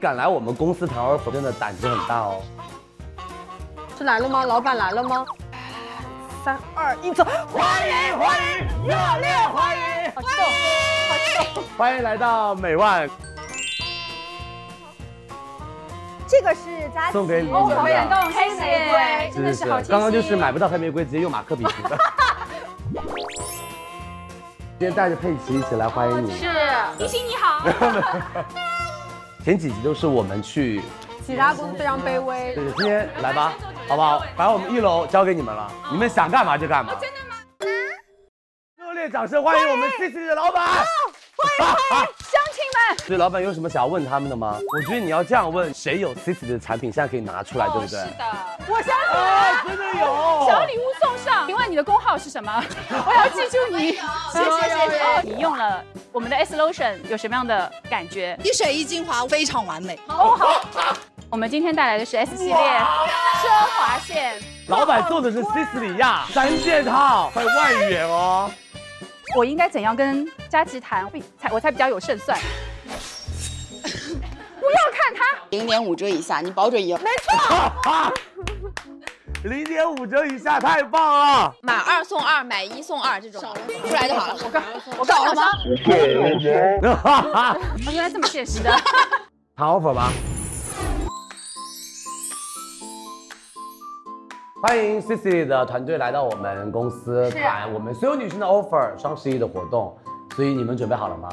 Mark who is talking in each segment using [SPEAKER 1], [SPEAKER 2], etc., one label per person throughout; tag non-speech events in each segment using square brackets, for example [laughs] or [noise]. [SPEAKER 1] 敢来我们公司糖二粉，真的胆子很大哦。
[SPEAKER 2] 是来了吗？老板来了吗？三二一，走！
[SPEAKER 1] 欢迎欢迎，热烈欢迎！
[SPEAKER 2] 好激动，好激动！
[SPEAKER 1] 欢迎来到美万，
[SPEAKER 3] 这个是佳琪
[SPEAKER 1] 送给李
[SPEAKER 3] 哦
[SPEAKER 1] 宁的
[SPEAKER 3] 好感动
[SPEAKER 4] 黑玫瑰
[SPEAKER 1] 真的是刚刚就是买不到黑玫瑰，直接用马克笔涂 [laughs] 的。今天带着佩奇一起来欢迎你。
[SPEAKER 4] 雨欣你
[SPEAKER 5] [laughs]
[SPEAKER 4] 好，
[SPEAKER 1] 前几集都是我们去，
[SPEAKER 2] 其他公司非常卑微
[SPEAKER 1] 对，，今天来吧，好不好？把我们一楼交给你们了，你们想干嘛就干嘛。
[SPEAKER 4] 真的吗？
[SPEAKER 1] 热烈掌声欢迎我们 C C 的老板。
[SPEAKER 3] 乡亲们，
[SPEAKER 1] 所以老板有什么想要问他们的吗？我觉得你要这样问，谁有 C C 的产品现在可以拿出来，对不对？
[SPEAKER 4] 哦是的，
[SPEAKER 3] 我相信
[SPEAKER 1] 啊，真的有。
[SPEAKER 4] 小礼物送上。请问你的工号是什么？
[SPEAKER 5] [laughs]
[SPEAKER 4] 我要记住你。
[SPEAKER 5] 哦
[SPEAKER 4] 谢谢谢哦谢。你用了我们的 S Lotion 有什么样的感觉？哦
[SPEAKER 5] 一水一精华非常完美。
[SPEAKER 4] 我们今天带来的是 S 系列奢华线，
[SPEAKER 1] 老板做的是西斯里亚三件套，还有万元哦。
[SPEAKER 4] 我应该怎样跟佳琪谈，会才我才比较有胜算？哦不要看他，
[SPEAKER 5] 零点五折以下，你保准赢。
[SPEAKER 1] 哈哈， [laughs] 零点五折以下，太棒了！
[SPEAKER 5] 买二送二，买一送二这种，出来就好了。我刚我
[SPEAKER 4] 搞
[SPEAKER 5] 搞了吗？？
[SPEAKER 1] 哈哈，
[SPEAKER 4] 我原来这么现实的，
[SPEAKER 5] [laughs]
[SPEAKER 1] 谈 offer 吧。欢迎 Cici 的团队来到我们公司
[SPEAKER 4] 啊
[SPEAKER 1] 谈我们所有女生的 offer 双十一的活动，所以你们准备好了吗？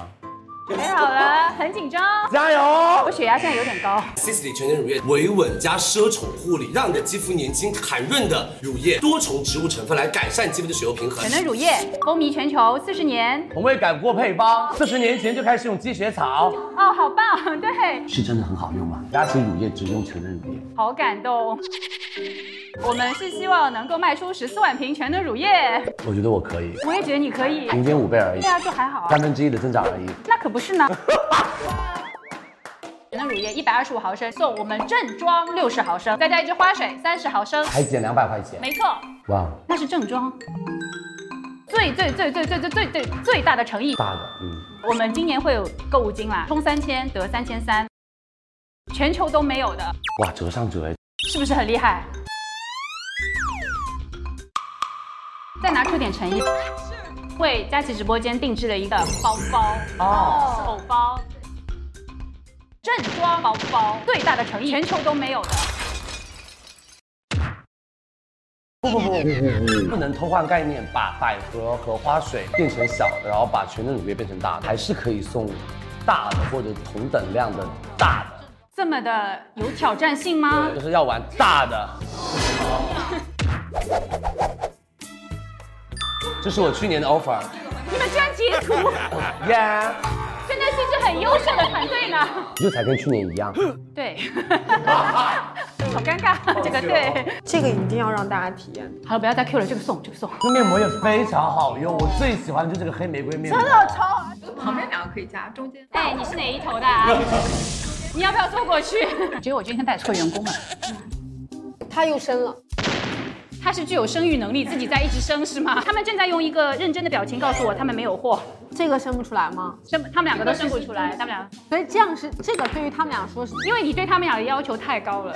[SPEAKER 4] 没好了，很紧张。
[SPEAKER 1] 加油
[SPEAKER 4] 我！血压现在有点高，
[SPEAKER 6] Sisley 全程乳液，维稳加奢宠护理，让你的肌肤年轻弹润的乳液，多重植物成分来改善肌肤的水油平衡
[SPEAKER 4] 全。能乳液风靡全球四十年，
[SPEAKER 1] 从未改过配方，四十年前就开始用积雪草，
[SPEAKER 4] 哦，好棒，对，
[SPEAKER 1] 是真的很好用吗？佳琦乳液只用全能乳液。
[SPEAKER 4] 好感动。 [laughs] 我们是希望能够卖出十四万瓶全能乳液，
[SPEAKER 1] 我觉得我可以，
[SPEAKER 4] 我也觉得你可以。
[SPEAKER 1] 零点五倍而已
[SPEAKER 4] 对，啊，就还好
[SPEAKER 1] 三
[SPEAKER 4] 啊，
[SPEAKER 1] 分之一的增长而已。
[SPEAKER 4] 那可不是呢。 [laughs] 全能乳液一百二十五毫升，送我们正装六十毫升，再加一支花水三十毫升。
[SPEAKER 1] 还减两百块钱，
[SPEAKER 4] 没错，
[SPEAKER 1] 哇，
[SPEAKER 4] 那是正装。最最最最最最最最最大的诚意，
[SPEAKER 1] 大的，嗯，
[SPEAKER 4] 我们今年会有购物金啦，充三千得三千三，全球都没有的，
[SPEAKER 1] 哇，折上折哎，
[SPEAKER 4] 是不是很厉害？再拿出点诚意，为佳琦直播间定制了一个包包哦，手包，正装包包，最大的诚意，全球都没有的。
[SPEAKER 1] 不不不不，不能偷换概念，把百合和花水变成小的，然后把全能乳液变成大的，还是可以送大的或者同等量的大的，
[SPEAKER 4] 这么的有挑战性吗？
[SPEAKER 1] 就是要玩大的。这是我去年的 offer，
[SPEAKER 4] 你们居然截图，
[SPEAKER 1] 耶、
[SPEAKER 4] 真的是一支很优秀的团队呢。
[SPEAKER 1] 你这才跟去年一样，
[SPEAKER 4] 对， [laughs] 好尴尬，这个对。
[SPEAKER 2] 这个一定要让大家体验。
[SPEAKER 4] 好了，不要再 Q 了，这个送，这个送。
[SPEAKER 1] 这面膜也非常好用，我最喜欢的就是这个黑玫瑰面膜，
[SPEAKER 4] 哎，你是哪一头的、 [laughs] 啊？你要不要坐过去？觉得我今天带错员工了。
[SPEAKER 2] 他又生了，
[SPEAKER 4] 他是具有生育能力，自己在一直生是吗？他们正在用一个认真的表情告诉我，他们没有货，
[SPEAKER 2] 这个生不出来吗？
[SPEAKER 4] 生他们两个都生不出来，他们俩，
[SPEAKER 2] 所以这样是这个对于他们俩说是
[SPEAKER 4] 因为你对他们俩的要求太高了。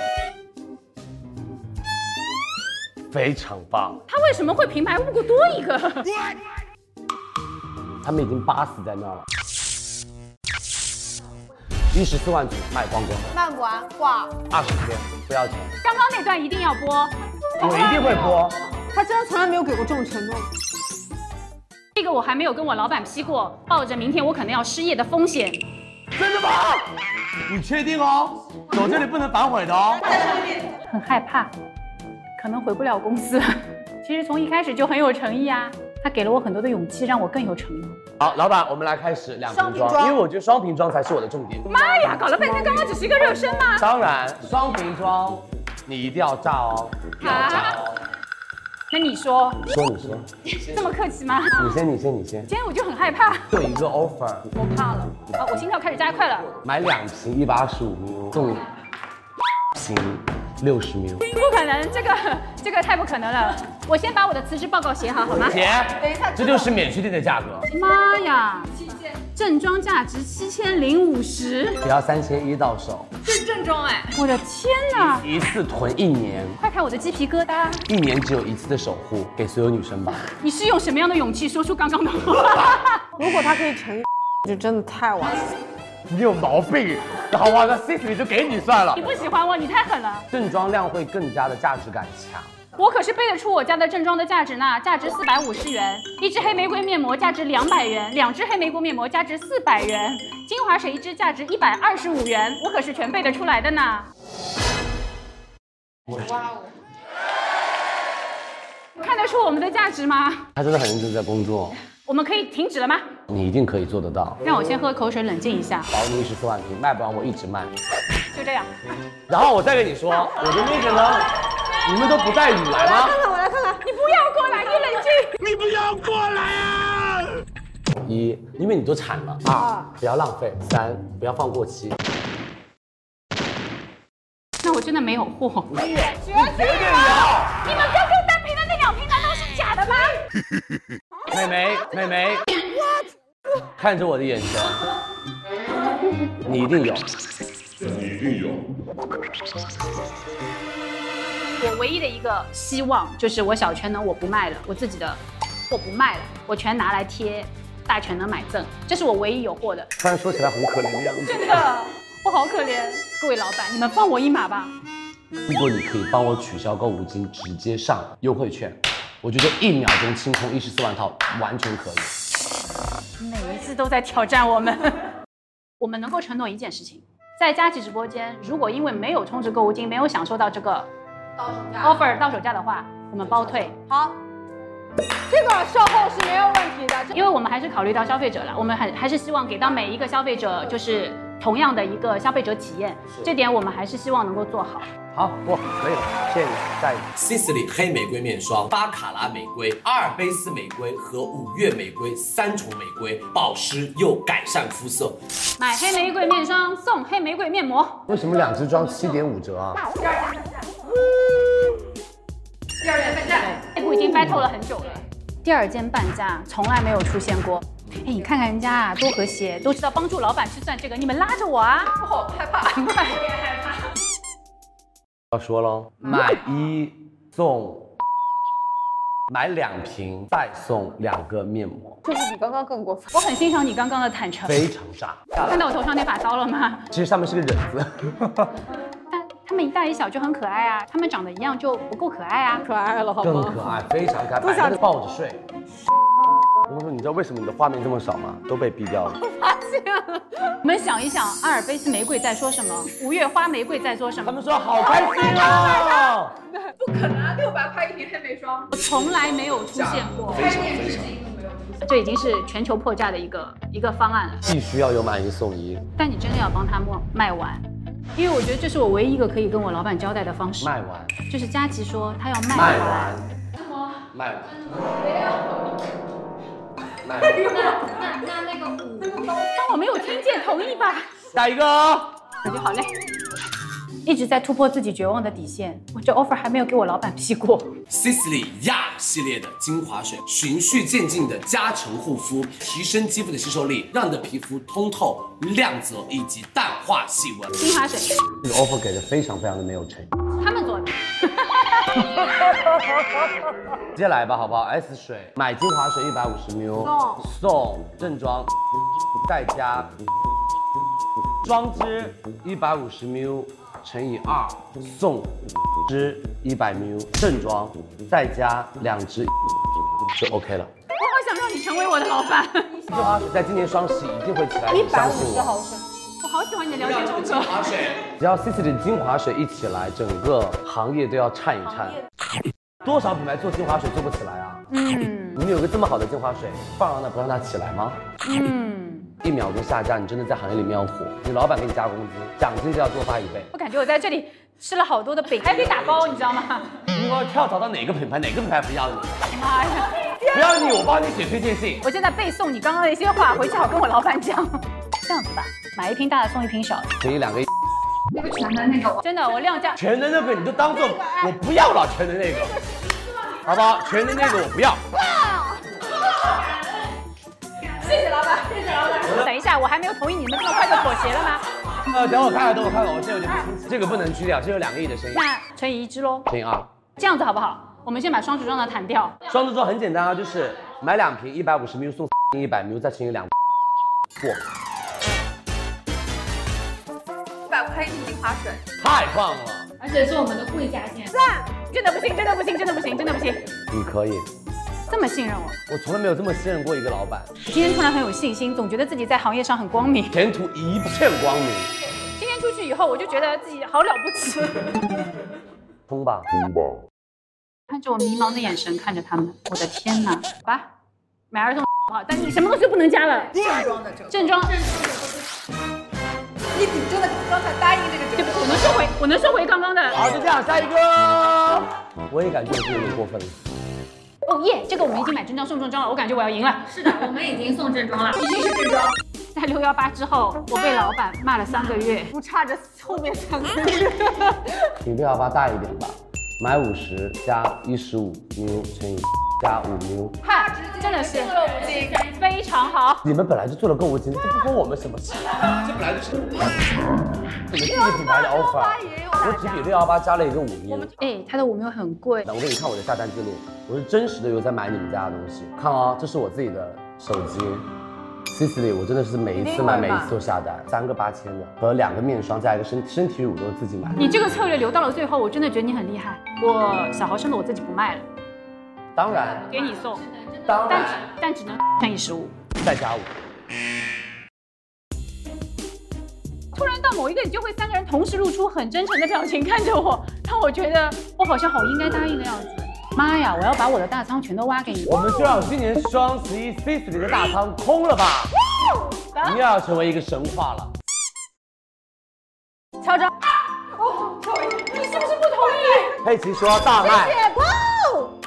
[SPEAKER 1] 非常棒。
[SPEAKER 4] 他为什么会平白无故多一 [laughs] 个？
[SPEAKER 1] 他们已经扒死在那儿了。一十四万组卖光光，
[SPEAKER 3] 曼谷啊，哇，
[SPEAKER 1] 二十天不要钱，
[SPEAKER 4] 刚刚那段一定要播，
[SPEAKER 1] 我一定会播。
[SPEAKER 2] 他真的从来没有给过这种承诺。
[SPEAKER 4] 这个我还没有跟我老板批过，抱着明天我可能要失业的风险。
[SPEAKER 1] 真的吗？你确定哦？走这里不能反悔的哦。
[SPEAKER 4] 很害怕，可能回不了公司了。 [laughs] 其实从一开始就很有诚意啊，他给了我很多的勇气，让我更有诚意。
[SPEAKER 1] 好，老板，我们来开始两瓶
[SPEAKER 3] 双
[SPEAKER 1] 装
[SPEAKER 3] 瓶，装
[SPEAKER 1] 因为我觉得双瓶装才是我的重点。
[SPEAKER 4] 妈哎呀，搞了半天，刚刚只是一个热身吗？
[SPEAKER 1] 当然，双瓶装你一定要炸哦，一定要炸哦。
[SPEAKER 4] 那你说
[SPEAKER 1] 说你说，
[SPEAKER 4] 这么客气吗？
[SPEAKER 1] 你先你先你先，
[SPEAKER 4] 今天我就很害怕，
[SPEAKER 1] 就一个 offer，
[SPEAKER 4] 我怕了啊！我心跳开始加快了，
[SPEAKER 1] 买两瓶一百二十五 ml，送一瓶六十 ml。
[SPEAKER 4] 不可能，这个 [laughs] 这个太不可能了。我先把我的辞职报告写好好吗？
[SPEAKER 1] 姐，这就是免税店的价格。
[SPEAKER 4] 妈呀，正装价值七千零五十，
[SPEAKER 1] 只要三千一到手，
[SPEAKER 5] 这正装哎，
[SPEAKER 4] 我的天哪！
[SPEAKER 1] 一次囤一年，
[SPEAKER 4] 快看我的鸡皮疙瘩！
[SPEAKER 1] 一年只有一次的守护，给所有女生吧。
[SPEAKER 4] 你是用什么样的勇气说出刚刚的话？ [laughs]
[SPEAKER 2] 如果他可以成，就真的太完了。
[SPEAKER 1] 你有毛病！好吧，那 six 你就给你算了
[SPEAKER 4] 你。不喜欢我，你太狠了！
[SPEAKER 1] 正装量会更加的价值感强。
[SPEAKER 4] 我可是背得出我家的正装的价值呢，价值四百五十元，一支黑玫瑰面膜价值两百元，两支黑玫瑰面膜价值四百元，精华水一支价值一百二十五元，我可是全背得出来的呢。哇哦！看得出我们的价值吗？
[SPEAKER 1] 他真的很认真在工作，
[SPEAKER 4] 我们可以停止了吗？
[SPEAKER 1] 你一定可以做得到。
[SPEAKER 4] 让我先喝口水冷静一下，
[SPEAKER 1] 保你一时四万瓶，卖不完我一直卖。
[SPEAKER 4] 就这样。
[SPEAKER 1] 然后我再跟你说，我的那个呢，你们都不带雨来吗？
[SPEAKER 4] 你不要过来，你冷静。
[SPEAKER 1] 一，因为你都产了；二，不要浪费；三，不要放过期。
[SPEAKER 4] 那我真的没有货。
[SPEAKER 1] 绝对有，
[SPEAKER 4] 你们刚刚单瓶的那两瓶难道是假的吗？
[SPEAKER 1] 美眉，美眉，看着我的眼神，你一定有。
[SPEAKER 4] 我唯一的一个希望就是我小全能我不卖了，我自己的我不卖了，我全拿来贴大全能买赠，这是我唯一有货的。
[SPEAKER 1] 突然说起来很可怜的样子。
[SPEAKER 4] 真的，我好可怜。各位老板，你们放我一马吧。
[SPEAKER 1] 如果你可以帮我取消购物金，直接上优惠券，我觉得一秒钟清空一十四万套完全可以。
[SPEAKER 4] 每一次都在挑战我们。 [laughs] 我们能够承诺一件事情，在佳琦直播间，如果因为没有充值购物金，没有享受到这个 offer 到手价的话，我们包退。
[SPEAKER 2] 好，这个售后是没有问题的。这
[SPEAKER 4] 因为我们还是考虑到消费者了，我们还还是希望给到每一个消费者就是同样的一个消费者体验，这点我们还是希望能够做好。
[SPEAKER 1] 好，我可以了，谢谢你，下一个。
[SPEAKER 6] Sisley 黑玫瑰面霜、巴卡拉玫瑰、阿尔卑斯玫瑰和五月玫瑰三重玫瑰，保湿又改善肤色。
[SPEAKER 4] 买黑玫瑰面霜送黑玫瑰面膜，
[SPEAKER 1] 为什么两支装七点五折啊？
[SPEAKER 4] 内哎部已经 battle 了很久了。第二间半价从来没有出现过。哎，你看看人家啊，多和谐，都知道帮助老板去算这个，你们拉着我啊！我好害怕，很快。
[SPEAKER 1] 要说喽，买一送，买两瓶再送两个面膜，
[SPEAKER 2] 就是比刚刚更过分。
[SPEAKER 4] [laughs] 我很欣赏你刚刚的坦诚，
[SPEAKER 1] 非常炸。
[SPEAKER 4] 看到我头上那把刀了吗？
[SPEAKER 1] 其实上面是个忍字，
[SPEAKER 4] 但他们一大一小就很可爱啊，他们长得一样就不够可爱啊。 [laughs]
[SPEAKER 2] 可爱了，好
[SPEAKER 1] 更
[SPEAKER 2] 吗？
[SPEAKER 1] 可爱，非常可爱，
[SPEAKER 2] 都想
[SPEAKER 1] 白的抱着睡。我跟你说，你知道为什么你的画面这么少吗？都被逼掉了。
[SPEAKER 4] 我们想一想，阿尔卑斯玫瑰在说什么？五月花玫瑰在说什
[SPEAKER 1] 他
[SPEAKER 4] 么？
[SPEAKER 1] 们说好开心哦。
[SPEAKER 4] 我从来没有出现过，这已经是全球破价的一个一个方案了。
[SPEAKER 1] 必须要有买一送一，
[SPEAKER 4] 但你真的要帮他们卖完，因为我觉得这是我唯一一个可以跟我老板交代的方式。
[SPEAKER 1] 卖完，
[SPEAKER 4] 就是佳琪说他要卖
[SPEAKER 1] 卖
[SPEAKER 4] 完，
[SPEAKER 1] 完，卖完，卖完。
[SPEAKER 4] 当我没有听见，同意吧？
[SPEAKER 1] 下一个哦，
[SPEAKER 4] 感觉好累，一直在突破自己绝望的底线。我这 offer 还没有给我老板批过。
[SPEAKER 6] Sisley 亚系列的精华水，循序渐进的加成护肤，提升肌肤的吸收力，让你的皮肤通透、亮泽以及淡化细纹。
[SPEAKER 4] 精华水，
[SPEAKER 1] 这个 offer 给的非常非常的没有诚意。
[SPEAKER 4] 他们做的。
[SPEAKER 1] 接下来吧，好不好？S 水买精华水一百五十 ml，送正装，再加装支一百五十 ml 乘以二，送支一百 ml 正装，再加两支就 OK 了。
[SPEAKER 4] 我好想让你成为我的老板，
[SPEAKER 1] 精华啊水在今年双十一一定会起来，你相信我。
[SPEAKER 4] 我好喜欢你的聊天风格。
[SPEAKER 6] 精华水。
[SPEAKER 1] 只要 CC 的精华水一起来，整个行业都要颤一颤。多少品牌做精华水做不起来啊？
[SPEAKER 4] 嗯
[SPEAKER 1] 你们有个这么好的精华水，放到那不让它起来吗？
[SPEAKER 4] 嗯。
[SPEAKER 1] 一秒钟下架，你真的在行业里面要火，你老板给你加工资，奖金都要多发一倍。
[SPEAKER 4] 我感觉我在这里吃了好多的饼，还可以打包，你知道 [laughs] 吗？
[SPEAKER 1] 你要跳槽到哪个品牌，哪个品牌不要你？
[SPEAKER 4] 妈哎呀！
[SPEAKER 1] 不要你，我帮你写推荐信。
[SPEAKER 4] 我正在背诵你刚刚的一些话，回去好跟我老板讲。 [laughs] 这样子吧，买一瓶大的送一瓶小的。
[SPEAKER 1] 便宜两个亿，
[SPEAKER 4] 真的，我量价
[SPEAKER 1] 全能那个你哎都当做我不要了，全能那 [laughs] 个，好不好？全能那个我不要。
[SPEAKER 4] 谢谢老板，谢谢老板。等一下，我还没有同意你们这么快就妥协了吗？
[SPEAKER 1] 呃，等我看看，等我看看，我现在有点不清楚。这个不能去掉，这有两个亿的声音。
[SPEAKER 4] 那乘以一支喽，
[SPEAKER 1] 声音二，
[SPEAKER 4] 这样子好不好？我们先把双子装的弹掉，
[SPEAKER 1] 双子座很简单啊，就是买两瓶一百五十 ml 送一百 ml，再乘以两。过，
[SPEAKER 3] 一百块一瓶精华水，
[SPEAKER 1] 太棒了，
[SPEAKER 7] 而且是我们的贵家线。
[SPEAKER 4] 啊真的不行，真的不行，真的不行，真的不行，
[SPEAKER 1] 你可以。
[SPEAKER 4] 这么信任我，
[SPEAKER 1] 我从来没有这么信任过一个老板，
[SPEAKER 4] 我今天突然很有信心，总觉得自己在行业上很光明。
[SPEAKER 1] 前途一片光明。
[SPEAKER 4] 今天出去以后，我就觉得自己好了不起。
[SPEAKER 1] 冲吧，
[SPEAKER 4] [laughs] 看着我迷茫的眼神看着他们，我的天哪！ [laughs] 好吧，买儿童好不好？但你什么东西都不能加 [laughs] 了。
[SPEAKER 3] 正装的正。
[SPEAKER 4] 正装，
[SPEAKER 3] 你你真的刚才答应这个折
[SPEAKER 4] 对不起，我能收回，我能收回刚刚的。
[SPEAKER 1] 好，就这样，下一个。我也感觉我自己有点过分了。
[SPEAKER 4] 哦耶，这个我们已经买正装送正装了，我感觉我要赢了。
[SPEAKER 7] 是的，我们已经送正装了。
[SPEAKER 4] 在六幺八之后，我被老板骂了三个月。
[SPEAKER 2] 不差这后面三个。
[SPEAKER 1] 你六幺八大一点吧，买五十加一十五 ml 乘以加五 ml。
[SPEAKER 4] 看，真的是非常好。
[SPEAKER 1] 你们本来就做了购物金，这不关我们什么事，这本来就是你们自己品牌的 offer。我只比六幺八加了一个五 ml。
[SPEAKER 4] 哎，他的五没有很贵，
[SPEAKER 1] 那我给你看我的下单记录，我是真实的有在买你们家的东西。看啊、这是我自己的手机。Sisley，我真的是每一次买，每一次都下单，三个八千的和两个面霜加一个身身体乳都是自己买。
[SPEAKER 4] 你这个策略留到了最后，我真的觉得你很厉害。我小毫升的我自己不卖了，
[SPEAKER 1] 当然，
[SPEAKER 4] 给你送，
[SPEAKER 1] 当
[SPEAKER 4] 但
[SPEAKER 1] 然
[SPEAKER 4] 只但只能乘以十五。
[SPEAKER 1] 再加五。
[SPEAKER 4] 突然到某一个，你就会三个人同时露出很真诚的表情看着我，让我觉得我好像好应该答应的样子。妈呀，我要把我的大仓全都挖给你！
[SPEAKER 1] 我们就让今年双十一 Sisley 的大仓空了吧？你又要成为一个神话了。
[SPEAKER 4] 乔装，你是不是不同意？
[SPEAKER 1] 佩奇说大卖。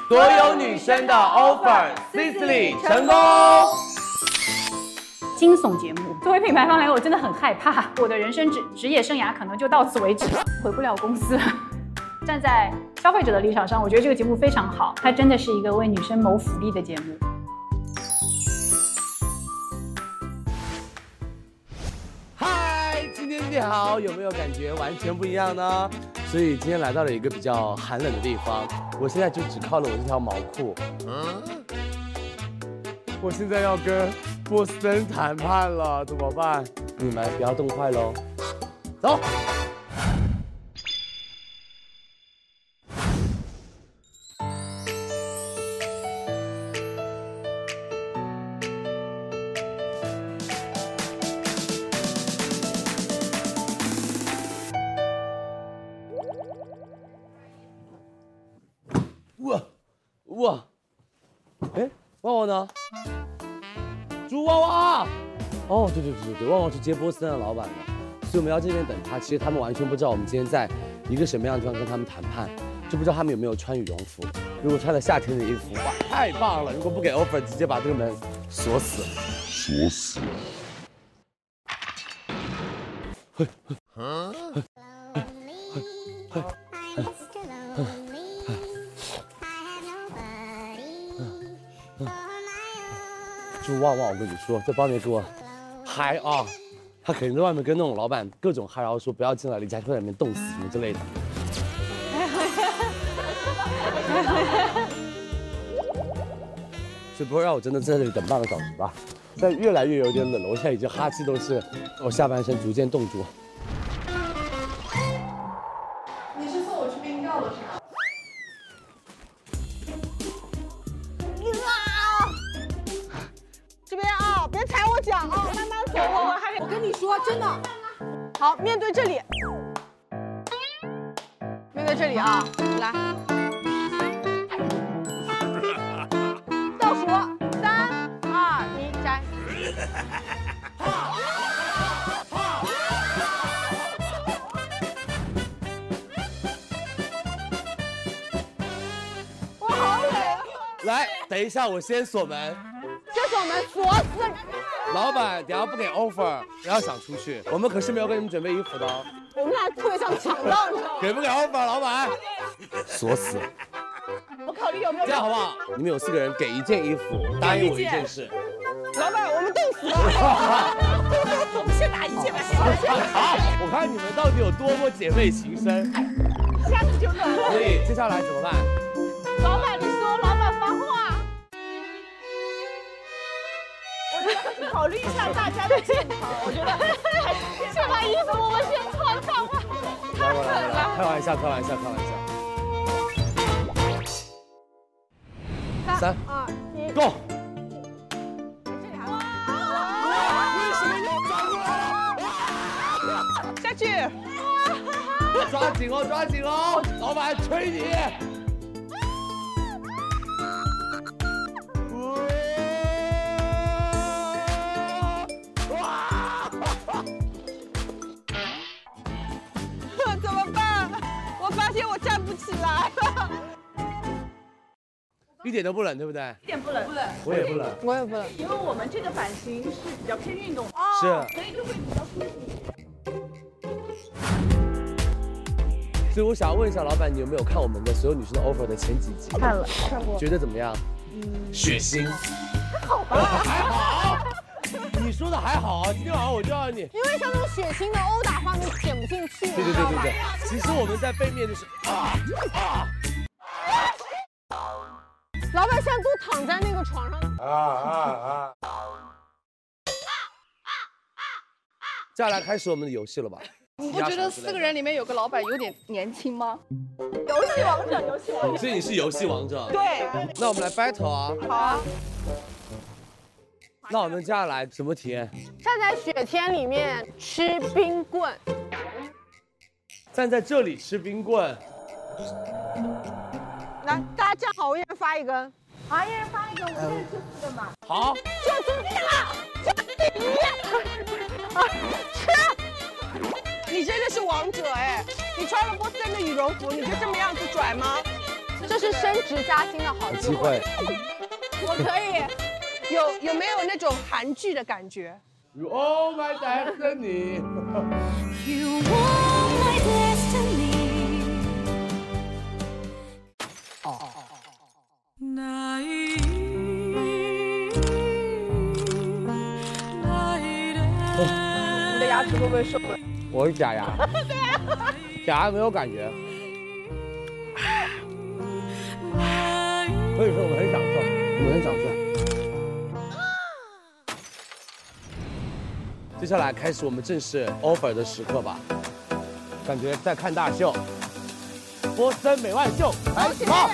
[SPEAKER 1] 所有女生的 offer Sisley 成功。
[SPEAKER 4] 惊悚节目，作为品牌方来，我真的很害怕，我的人生职职业生涯可能就到此为止，回不了公司了。站在消费者的立场上，我觉得这个节目非常好，它真的是一个为女生谋福利的节目。
[SPEAKER 1] 嗨，今天你好，有没有感觉完全不一样呢？所以今天来到了一个比较寒冷的地方，我现在就只靠了我这条毛裤。我现在要跟波司登谈判了，怎么办？你们嗯不要冻坏喽，走。哇哇，哎，旺旺呢？猪旺旺！哦，对对对对对，旺旺是接波司登的老板嘛，所以我们要这边等他。其实他们完全不知道我们今天在一个什么样的地方跟他们谈判，就不知道他们有没有穿羽绒服。如果穿了夏天的衣服，哇，太棒了！如果不给 offer，直接把这个门锁死。猪旺旺，我跟你说，在外面给我嗨啊！他肯定在外面跟那种老板各种嗨，然后说不要进来，李佳琦在里面冻死什么之类的。所以不会让我真的在这里等半个小时吧？但越来越有点冷了，我现在已经哈气都是，我下半身逐渐冻住。
[SPEAKER 2] [laughs] 这边啊，别踩我脚啊，慢慢走。我还我跟你说，真的。好，面对这里，面对这里啊，来，倒数啊三二一，摘。 [laughs] 我好冷啊，
[SPEAKER 1] 来，等一下，我先锁门。
[SPEAKER 2] 这是我们锁死。
[SPEAKER 1] 老板，等下不给 offer，不要想出去。我们可是没有给你们准备衣服的哦。
[SPEAKER 2] 我们俩特别像强盗，你知道吗？
[SPEAKER 1] 给不给 offer，老板？锁死。
[SPEAKER 2] 我考虑有没有
[SPEAKER 1] 这样好不好？你们有四个人给一件衣服，答应我一件事。
[SPEAKER 2] 老板，我们冻死我们先打一剂吧，先打一剂
[SPEAKER 1] 好，我看你们到底有多么姐妹情深。
[SPEAKER 2] 下次就冷了。
[SPEAKER 1] 所以接下来怎么办？
[SPEAKER 2] 老板，你说老板发话。我觉得考虑一下大家的健康，我觉得还是先这把衣服我们先穿上吧。
[SPEAKER 1] 来我来我来，开玩笑，开玩笑，开玩笑。三
[SPEAKER 2] 二一，
[SPEAKER 1] ，Go！
[SPEAKER 2] 这里还有。为什么又转过来了？下去。
[SPEAKER 1] 抓紧哦，抓紧哦，老板吹你！
[SPEAKER 2] 怎么办？我发现我站不起来了。
[SPEAKER 1] 一点都不冷，对不对？
[SPEAKER 2] 一点不冷，不冷，
[SPEAKER 1] 我也不冷，
[SPEAKER 2] 我也不冷，因为我们这个版型是比较偏运动，哦
[SPEAKER 1] 是，
[SPEAKER 2] 所以就会比较舒服。
[SPEAKER 1] 所以我想问一下老板，你有没有看我们的所有女生的 offer 的前几集？看了，看过，觉得怎么样？
[SPEAKER 8] 血腥，
[SPEAKER 1] 还好， [laughs] 你说的还好，啊今天晚上我就让你。
[SPEAKER 2] 因为像那种血腥的殴打画面剪不进去，
[SPEAKER 1] 对对对对对，其实我们在背面就是啊啊，
[SPEAKER 2] 老板现在都躺在那个床上，
[SPEAKER 1] 接下来开始我们的游戏了吧？
[SPEAKER 9] 你不觉得四个人里面有个老板有点年轻吗？
[SPEAKER 2] 游戏王者游戏王者，
[SPEAKER 1] [laughs] 所以你是游戏王者，
[SPEAKER 2] 对，
[SPEAKER 1] 那我们来 battle 啊！
[SPEAKER 2] 好啊。
[SPEAKER 1] 那我们接下来什么体验？
[SPEAKER 2] 站在雪天里面吃冰棍，
[SPEAKER 1] 站在这里吃冰棍，
[SPEAKER 2] 来，大家这样好，一人发一根，
[SPEAKER 1] 好，
[SPEAKER 2] 就这么了，就第一，啊，吃！你真的是王者哎！你穿了波司登的羽绒服，你就这么样子拽吗？这是升职加薪的好
[SPEAKER 1] 机会。
[SPEAKER 2] 我可以。有有没有那种韩剧的感觉？
[SPEAKER 1] You all Oh my destiny。
[SPEAKER 2] 你的牙齿会不会受不了？
[SPEAKER 1] 我是假牙，假牙没有感觉，所以说我很享受，我很享受。接下来开始我们正式 offer 的时刻吧，感觉在看大秀，波森美万秀，来跑！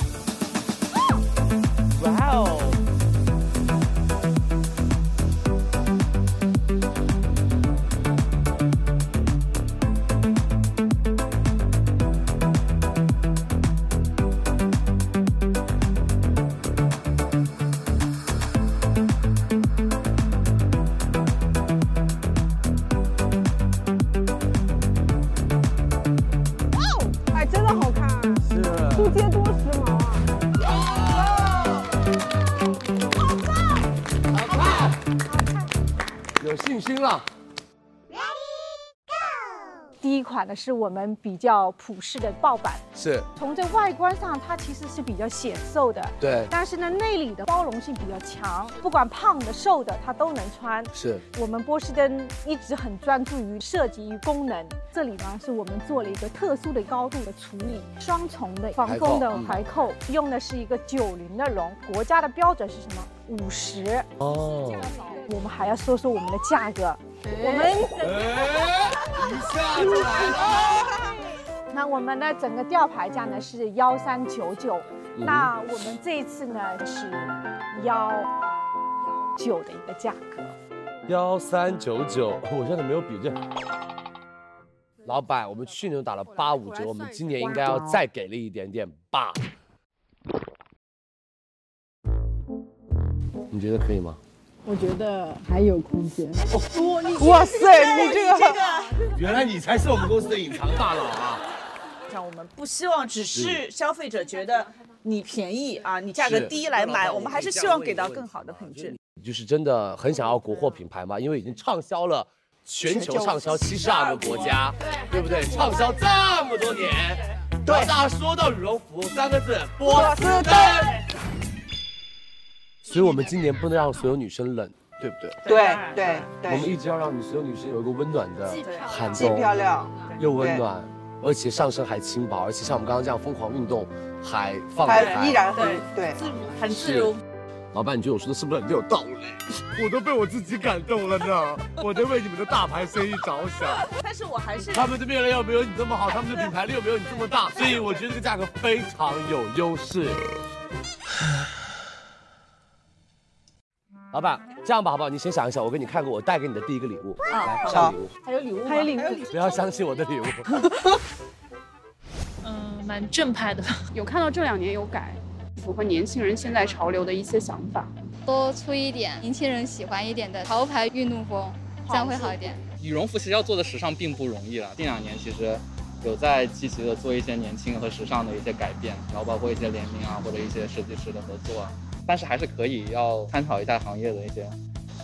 [SPEAKER 1] 哇哦！
[SPEAKER 2] 哎，真的好看啊，
[SPEAKER 1] 是，
[SPEAKER 2] 不接多时髦啊！
[SPEAKER 1] 有信心了。
[SPEAKER 10] 第一款呢是我们比较普适的豹版，
[SPEAKER 1] 是，
[SPEAKER 10] 从这外观上它其实是比较显瘦的，
[SPEAKER 1] 对，
[SPEAKER 10] 但是呢内里的包容性比较强，不管胖的瘦的它都能穿。
[SPEAKER 1] 是，
[SPEAKER 10] 我们波士登一直很专注于设计与功能，这里呢是我们做了一个特殊的高度的处理，双重的防风的
[SPEAKER 1] 排
[SPEAKER 10] 排扣，用的是一个九零的绒，国家的标准是什么？五十。
[SPEAKER 1] 哦。
[SPEAKER 10] 我们还要说说我们的价格，我们
[SPEAKER 1] 哎，一下就来了。
[SPEAKER 10] 那我们的整个吊牌价呢是幺三九九，那我们这一次呢是幺九的一个价格。
[SPEAKER 1] 幺三九九，我现在没有笔记。老板，我们去年打了八五折，我们今年应该要再给力一点点吧？你觉得可以吗？
[SPEAKER 2] 哇塞，哦你这个
[SPEAKER 8] 原来你才是我们公司的隐藏大佬啊！
[SPEAKER 11] 像我们不希望只是消费者觉得你便宜啊，你价格
[SPEAKER 1] 是
[SPEAKER 11] 低来买，我们还是希望给到更好的品质。
[SPEAKER 1] 就是真的很想要国货品牌嘛，因为已经畅销了全球畅销七十二个国家，对不对？畅销这么多年，对大家说到羽绒服三个字，波司登。所以我们今年不能让所有女生冷，对不对？
[SPEAKER 12] 对对对，
[SPEAKER 1] 我们一直要让你所有女生有一个温暖的
[SPEAKER 12] 既漂亮
[SPEAKER 1] 寒
[SPEAKER 12] 既
[SPEAKER 1] 冬，
[SPEAKER 12] 漂亮
[SPEAKER 1] 又温暖，而且上身还轻薄，而且像我们刚刚这样疯狂运动还放得开，
[SPEAKER 12] 还依然很对自如，
[SPEAKER 1] 很自如。老板，你觉得我说的是不是很有道
[SPEAKER 10] [laughs]
[SPEAKER 1] 理？我都被我自己感动了呢，我在为你们的大牌生意着想。
[SPEAKER 10] 但是我还是
[SPEAKER 1] 他们这边人又没有你这么好，他们的品牌力又没有你这么大，所以我觉得这个价格非常有优
[SPEAKER 10] [sighs]
[SPEAKER 1] 势。老板，这样吧，好不好？你先想一想，我给你看过我带给你的第一个礼物，
[SPEAKER 10] 啊
[SPEAKER 1] 来
[SPEAKER 10] 好
[SPEAKER 1] 上礼物，
[SPEAKER 13] 还有礼物吗，
[SPEAKER 10] 还有礼物
[SPEAKER 1] 不要相信我的礼物。
[SPEAKER 4] 嗯，蛮正派的吧。
[SPEAKER 5] 有看到这两年有改，符合年轻人现在潮流的一些想法。
[SPEAKER 14] 多出一点年轻人喜欢一点的潮牌运动风，这样会好一点。
[SPEAKER 15] 羽绒服其实要做的时尚并不容易了，近两年其实有在积极的做一些年轻和时尚的一些改变，然后包括一些联名啊，或者一些设计师的合作啊，但是还是可以要参考一下行业的一些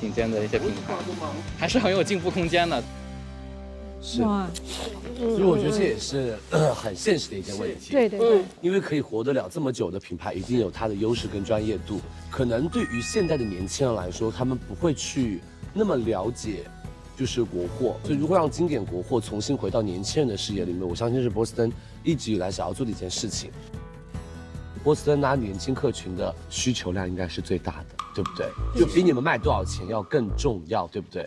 [SPEAKER 15] 顶尖的一些品牌，还是很有进步空间的。
[SPEAKER 1] 是，所以我觉得这也是呃很现实的一件问题。
[SPEAKER 13] 对对对，
[SPEAKER 1] 因为可以活得了这么久的品牌，一定有它的优势跟专业度。可能对于现在的年轻人来说，他们不会去那么了解，就是国货。所以如果让经典国货重新回到年轻人的视野里面，我相信是波司登一直以来想要做的一件事情。波司登拉年轻客群的需求量应该是最大的，对不对？就比你们卖多少钱要更重要，对不对？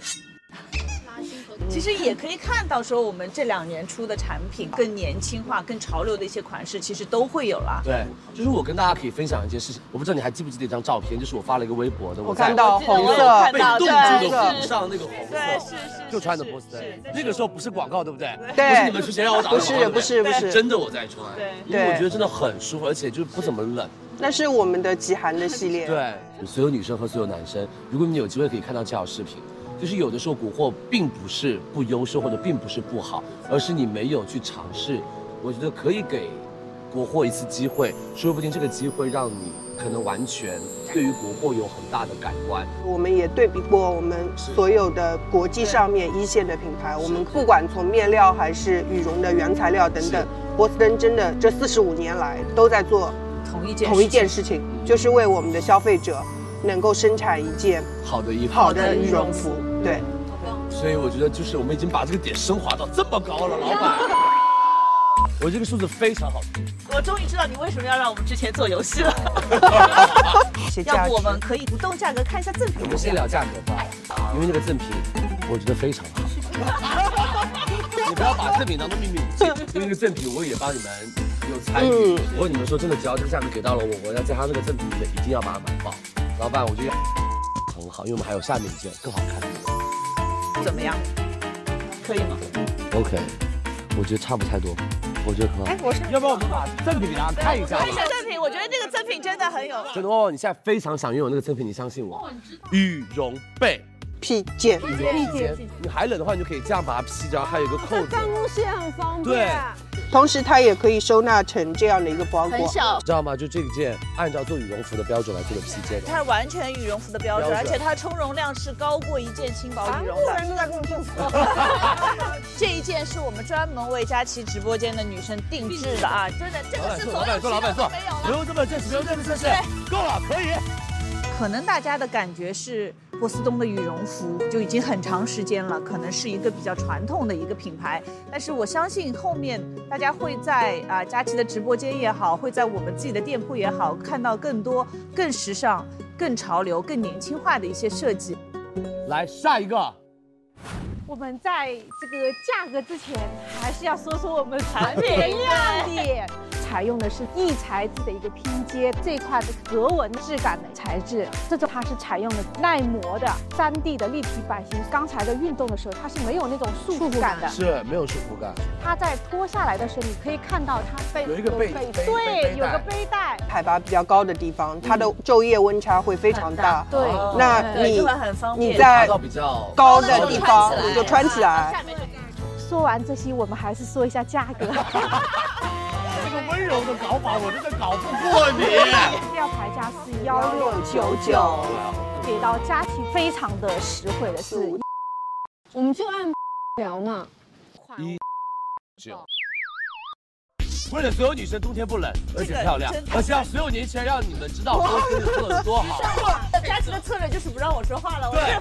[SPEAKER 10] 其实也可以看到说我们这两年出的产品更年轻化、更潮流的一些款式，其实都会有了。
[SPEAKER 1] 对，就是我跟大家可以分享一件事情，我不知道你还记不记得一张照片，就是我发了一个微博的，
[SPEAKER 12] 我
[SPEAKER 1] 在
[SPEAKER 12] 看到
[SPEAKER 1] 一
[SPEAKER 12] 红
[SPEAKER 1] 个
[SPEAKER 12] 色
[SPEAKER 1] 被冻住的
[SPEAKER 12] 对
[SPEAKER 1] 湖上那个红色，
[SPEAKER 12] 对
[SPEAKER 10] 是是，
[SPEAKER 1] 就穿的波司登，那个时候不是广告对不对？
[SPEAKER 12] 对
[SPEAKER 1] 不是你们出钱让我打的
[SPEAKER 12] 不是
[SPEAKER 1] 广告
[SPEAKER 12] 不是
[SPEAKER 1] 对对
[SPEAKER 12] 不是
[SPEAKER 1] 真的我在穿，
[SPEAKER 10] 对
[SPEAKER 1] 因为
[SPEAKER 12] 对
[SPEAKER 1] 我觉得真的很舒服，而且就是不怎么冷。
[SPEAKER 12] 那是我们的极寒的系 [laughs] 列，
[SPEAKER 1] 对，所有女生和所有男生，如果你们有机会可以看到这条视频，就是有的时候国货并不是不优秀或者并不是不好，而是你没有去尝试。我觉得可以给国货一次机会，说不定这个机会让你可能完全对于国货有很大的改观。
[SPEAKER 12] 我们也对比过我们所有的国际上面一线的品牌，我们不管从面料还是羽绒的原材料等等，波司登真的这四十五年来都在做
[SPEAKER 10] 同一件
[SPEAKER 12] 同一件事情，就是为我们的消费者能够生产一件
[SPEAKER 1] 好的衣服，
[SPEAKER 12] 好的羽绒服。对，
[SPEAKER 1] 所以我觉得就是我们已经把这个点升华到这么高了，老板，我这个数字非常好。
[SPEAKER 10] 我终于知道你为什么要让我们之前做游戏了。要不我们可以不动价格看一下赠品。
[SPEAKER 1] 我们先聊价格吧，因为那个赠品我觉得非常好。你不要把赠品当做秘密武器，因为那个赠品我也帮你们有参与。我跟你们说，真的，只要这个价格给到了我，我要在他那个赠品里面一定要把它买爆。老板，我觉得很好，因为我们还有下面一件更好看的。
[SPEAKER 10] 怎么样？可以吗？
[SPEAKER 1] OK，我觉得差不太多，我觉得很好。
[SPEAKER 10] 哎我是
[SPEAKER 1] 要不要我们把赠品给大家看一下吧
[SPEAKER 10] 看一？下赠品，我觉得这个赠品真的很有。
[SPEAKER 1] [laughs] 真的哦，你现在非常想拥有那个赠哦品，你相信我。羽绒被。
[SPEAKER 12] 披肩，
[SPEAKER 1] 羽绒披肩，你还冷的话，你就可以这样把它披着，然后还有一个扣子。
[SPEAKER 12] 路线很方
[SPEAKER 1] 对，
[SPEAKER 12] 同时它也可以收纳成这样的一个包裹，
[SPEAKER 1] 知道吗？就这件按照做羽绒服的标准来做的披肩，
[SPEAKER 10] 它完全羽绒服的标准，
[SPEAKER 1] 标
[SPEAKER 10] 而
[SPEAKER 1] 准
[SPEAKER 10] 且它充绒量是高过一件轻薄羽绒的。
[SPEAKER 12] 人都在跟我吐槽。
[SPEAKER 10] [laughs] 这一件是我们专门为佳琦直播间的女生定制的啊，真的， [laughs] 这
[SPEAKER 1] 老
[SPEAKER 10] 个
[SPEAKER 1] 板
[SPEAKER 10] 是
[SPEAKER 1] 说，
[SPEAKER 10] 所
[SPEAKER 1] 老
[SPEAKER 10] 有
[SPEAKER 1] 板说，老板说，不用这么正式，不用这么正式，够了，可以。
[SPEAKER 10] 可能大家的感觉是波司登的羽绒服就已经很长时间了，可能是一个比较传统的一个品牌。但是我相信后面大家会在啊佳琦的直播间也好，会在我们自己的店铺也好，看到更多更时尚、更潮流、更年轻化的一些设计。
[SPEAKER 1] 来下一个，
[SPEAKER 13] 我们在这个价格之前，还是要说说我们产品的
[SPEAKER 10] 对
[SPEAKER 13] 亮点。采用的是异材质的一个拼接，这块的格纹质感的材质，这种它是采用了耐磨的 3D 的立体版型。刚才在运动的时候，它是没有那种束缚感的，
[SPEAKER 1] 是没有束缚感，
[SPEAKER 13] 它在脱下来的时候，你可以看到它被
[SPEAKER 1] 有一个背背背
[SPEAKER 13] 对，
[SPEAKER 1] 背
[SPEAKER 13] 有个
[SPEAKER 1] 带
[SPEAKER 13] 背带。
[SPEAKER 12] 海拔比较高的地方，它的昼夜温差会非常大。
[SPEAKER 13] 对
[SPEAKER 2] 哦
[SPEAKER 12] 那
[SPEAKER 5] 哦
[SPEAKER 10] 对
[SPEAKER 12] 你
[SPEAKER 10] 这款很方便
[SPEAKER 12] 你在
[SPEAKER 1] 爬到比较
[SPEAKER 12] 高的地方你就穿起来。
[SPEAKER 13] 说完这些，我们还是说一下价格。
[SPEAKER 1] 这个温柔的搞法，我真的搞不过 [laughs] 你。
[SPEAKER 13] 吊牌价是幺六九九，
[SPEAKER 1] 啊
[SPEAKER 13] 给到佳琦非常的实惠的是，
[SPEAKER 2] 我们就按 [laughs] 聊呢。
[SPEAKER 1] 一九。为了所有女生冬天不冷，而且漂亮
[SPEAKER 2] 这个真，的
[SPEAKER 1] 而且让所有年轻人让你们知道波司登做的多好。
[SPEAKER 10] 佳琪的策略就是不让我说话了。我
[SPEAKER 2] 对，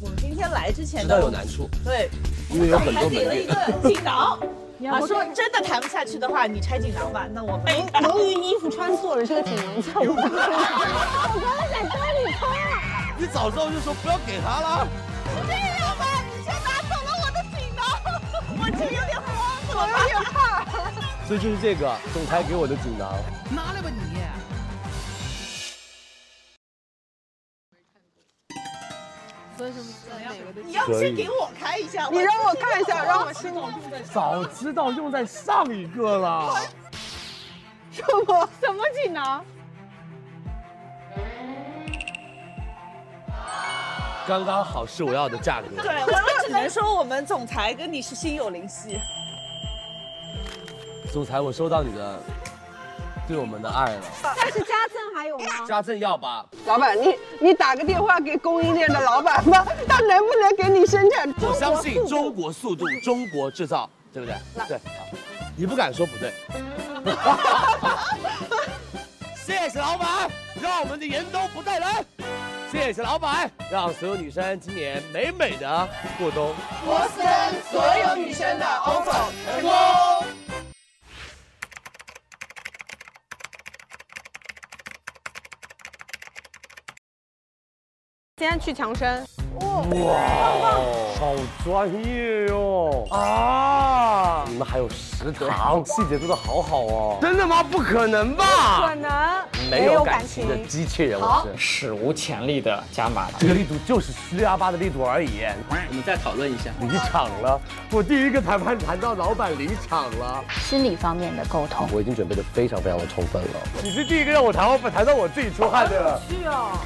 [SPEAKER 2] 我们今天来之前
[SPEAKER 1] 知
[SPEAKER 2] 的
[SPEAKER 1] 道有难处，
[SPEAKER 2] 对，
[SPEAKER 1] 因为有很多
[SPEAKER 2] 还给了一
[SPEAKER 1] 门面。
[SPEAKER 2] 个锦囊。
[SPEAKER 10] 你要
[SPEAKER 2] 啊，
[SPEAKER 10] 不
[SPEAKER 2] 说
[SPEAKER 10] 看
[SPEAKER 2] 真的谈不下去的话，你拆锦囊吧。那我们
[SPEAKER 12] 哎
[SPEAKER 10] 由于衣服穿错了，这个锦囊在我身上。我刚才想帮你穿。
[SPEAKER 1] 你早知道就说不要给他了。
[SPEAKER 10] 这样吧，你先拿走了我的锦囊，我这有点慌了，我有点怕。
[SPEAKER 1] 所以就是这个总裁给我的锦囊。
[SPEAKER 10] 拿来吧你。
[SPEAKER 2] 所以什么？哪个的？你
[SPEAKER 1] 要
[SPEAKER 2] 要
[SPEAKER 1] 不
[SPEAKER 2] 不
[SPEAKER 1] 先可以
[SPEAKER 2] 先
[SPEAKER 1] 给
[SPEAKER 2] 给
[SPEAKER 1] 我
[SPEAKER 2] 我看一下？
[SPEAKER 12] 你让我看一下让我心
[SPEAKER 2] 动。
[SPEAKER 12] 早知道用在上一个了。
[SPEAKER 10] 什么？什么锦囊？
[SPEAKER 1] 刚刚好是我要的价格。
[SPEAKER 2] 对，哎我们只能说我们总裁跟你是心有灵犀。
[SPEAKER 1] 总裁，我收到你的对我们的爱了。
[SPEAKER 12] 但是家政还有吗？
[SPEAKER 10] 啊
[SPEAKER 1] 家政要吧，
[SPEAKER 12] 老板，你你打个电话给供应链的老板吧，他能不能给你生产中
[SPEAKER 1] 我
[SPEAKER 12] 国
[SPEAKER 1] 相信
[SPEAKER 12] 速
[SPEAKER 1] 中国速度，中国制造，对不对？对，好，你不敢说不对。 [laughs] 谢谢老板，让我们的严冬不再冷。谢谢老板，让所有女生今年美美的过冬。
[SPEAKER 12] 博斯登所有女生的 offer 成功。
[SPEAKER 10] 今天去强生。
[SPEAKER 1] 哇，好专业哟！啊，你们还有食堂，细节做的好好哦。真的吗？不可能
[SPEAKER 10] 不可能，
[SPEAKER 15] 没有感情的
[SPEAKER 1] 机器人
[SPEAKER 10] 好
[SPEAKER 15] 史无前例的加码，
[SPEAKER 1] 这个力度就是虚六幺八的力度而已。
[SPEAKER 15] 我们再讨论一下。
[SPEAKER 1] 离场了，我第一个谈判谈到老板离场了。
[SPEAKER 16] 心理方面的沟通。
[SPEAKER 1] 我已经准备的非常非常的充分了。你是第一个让我谈，我谈到我自己出汗的。
[SPEAKER 10] 去哦。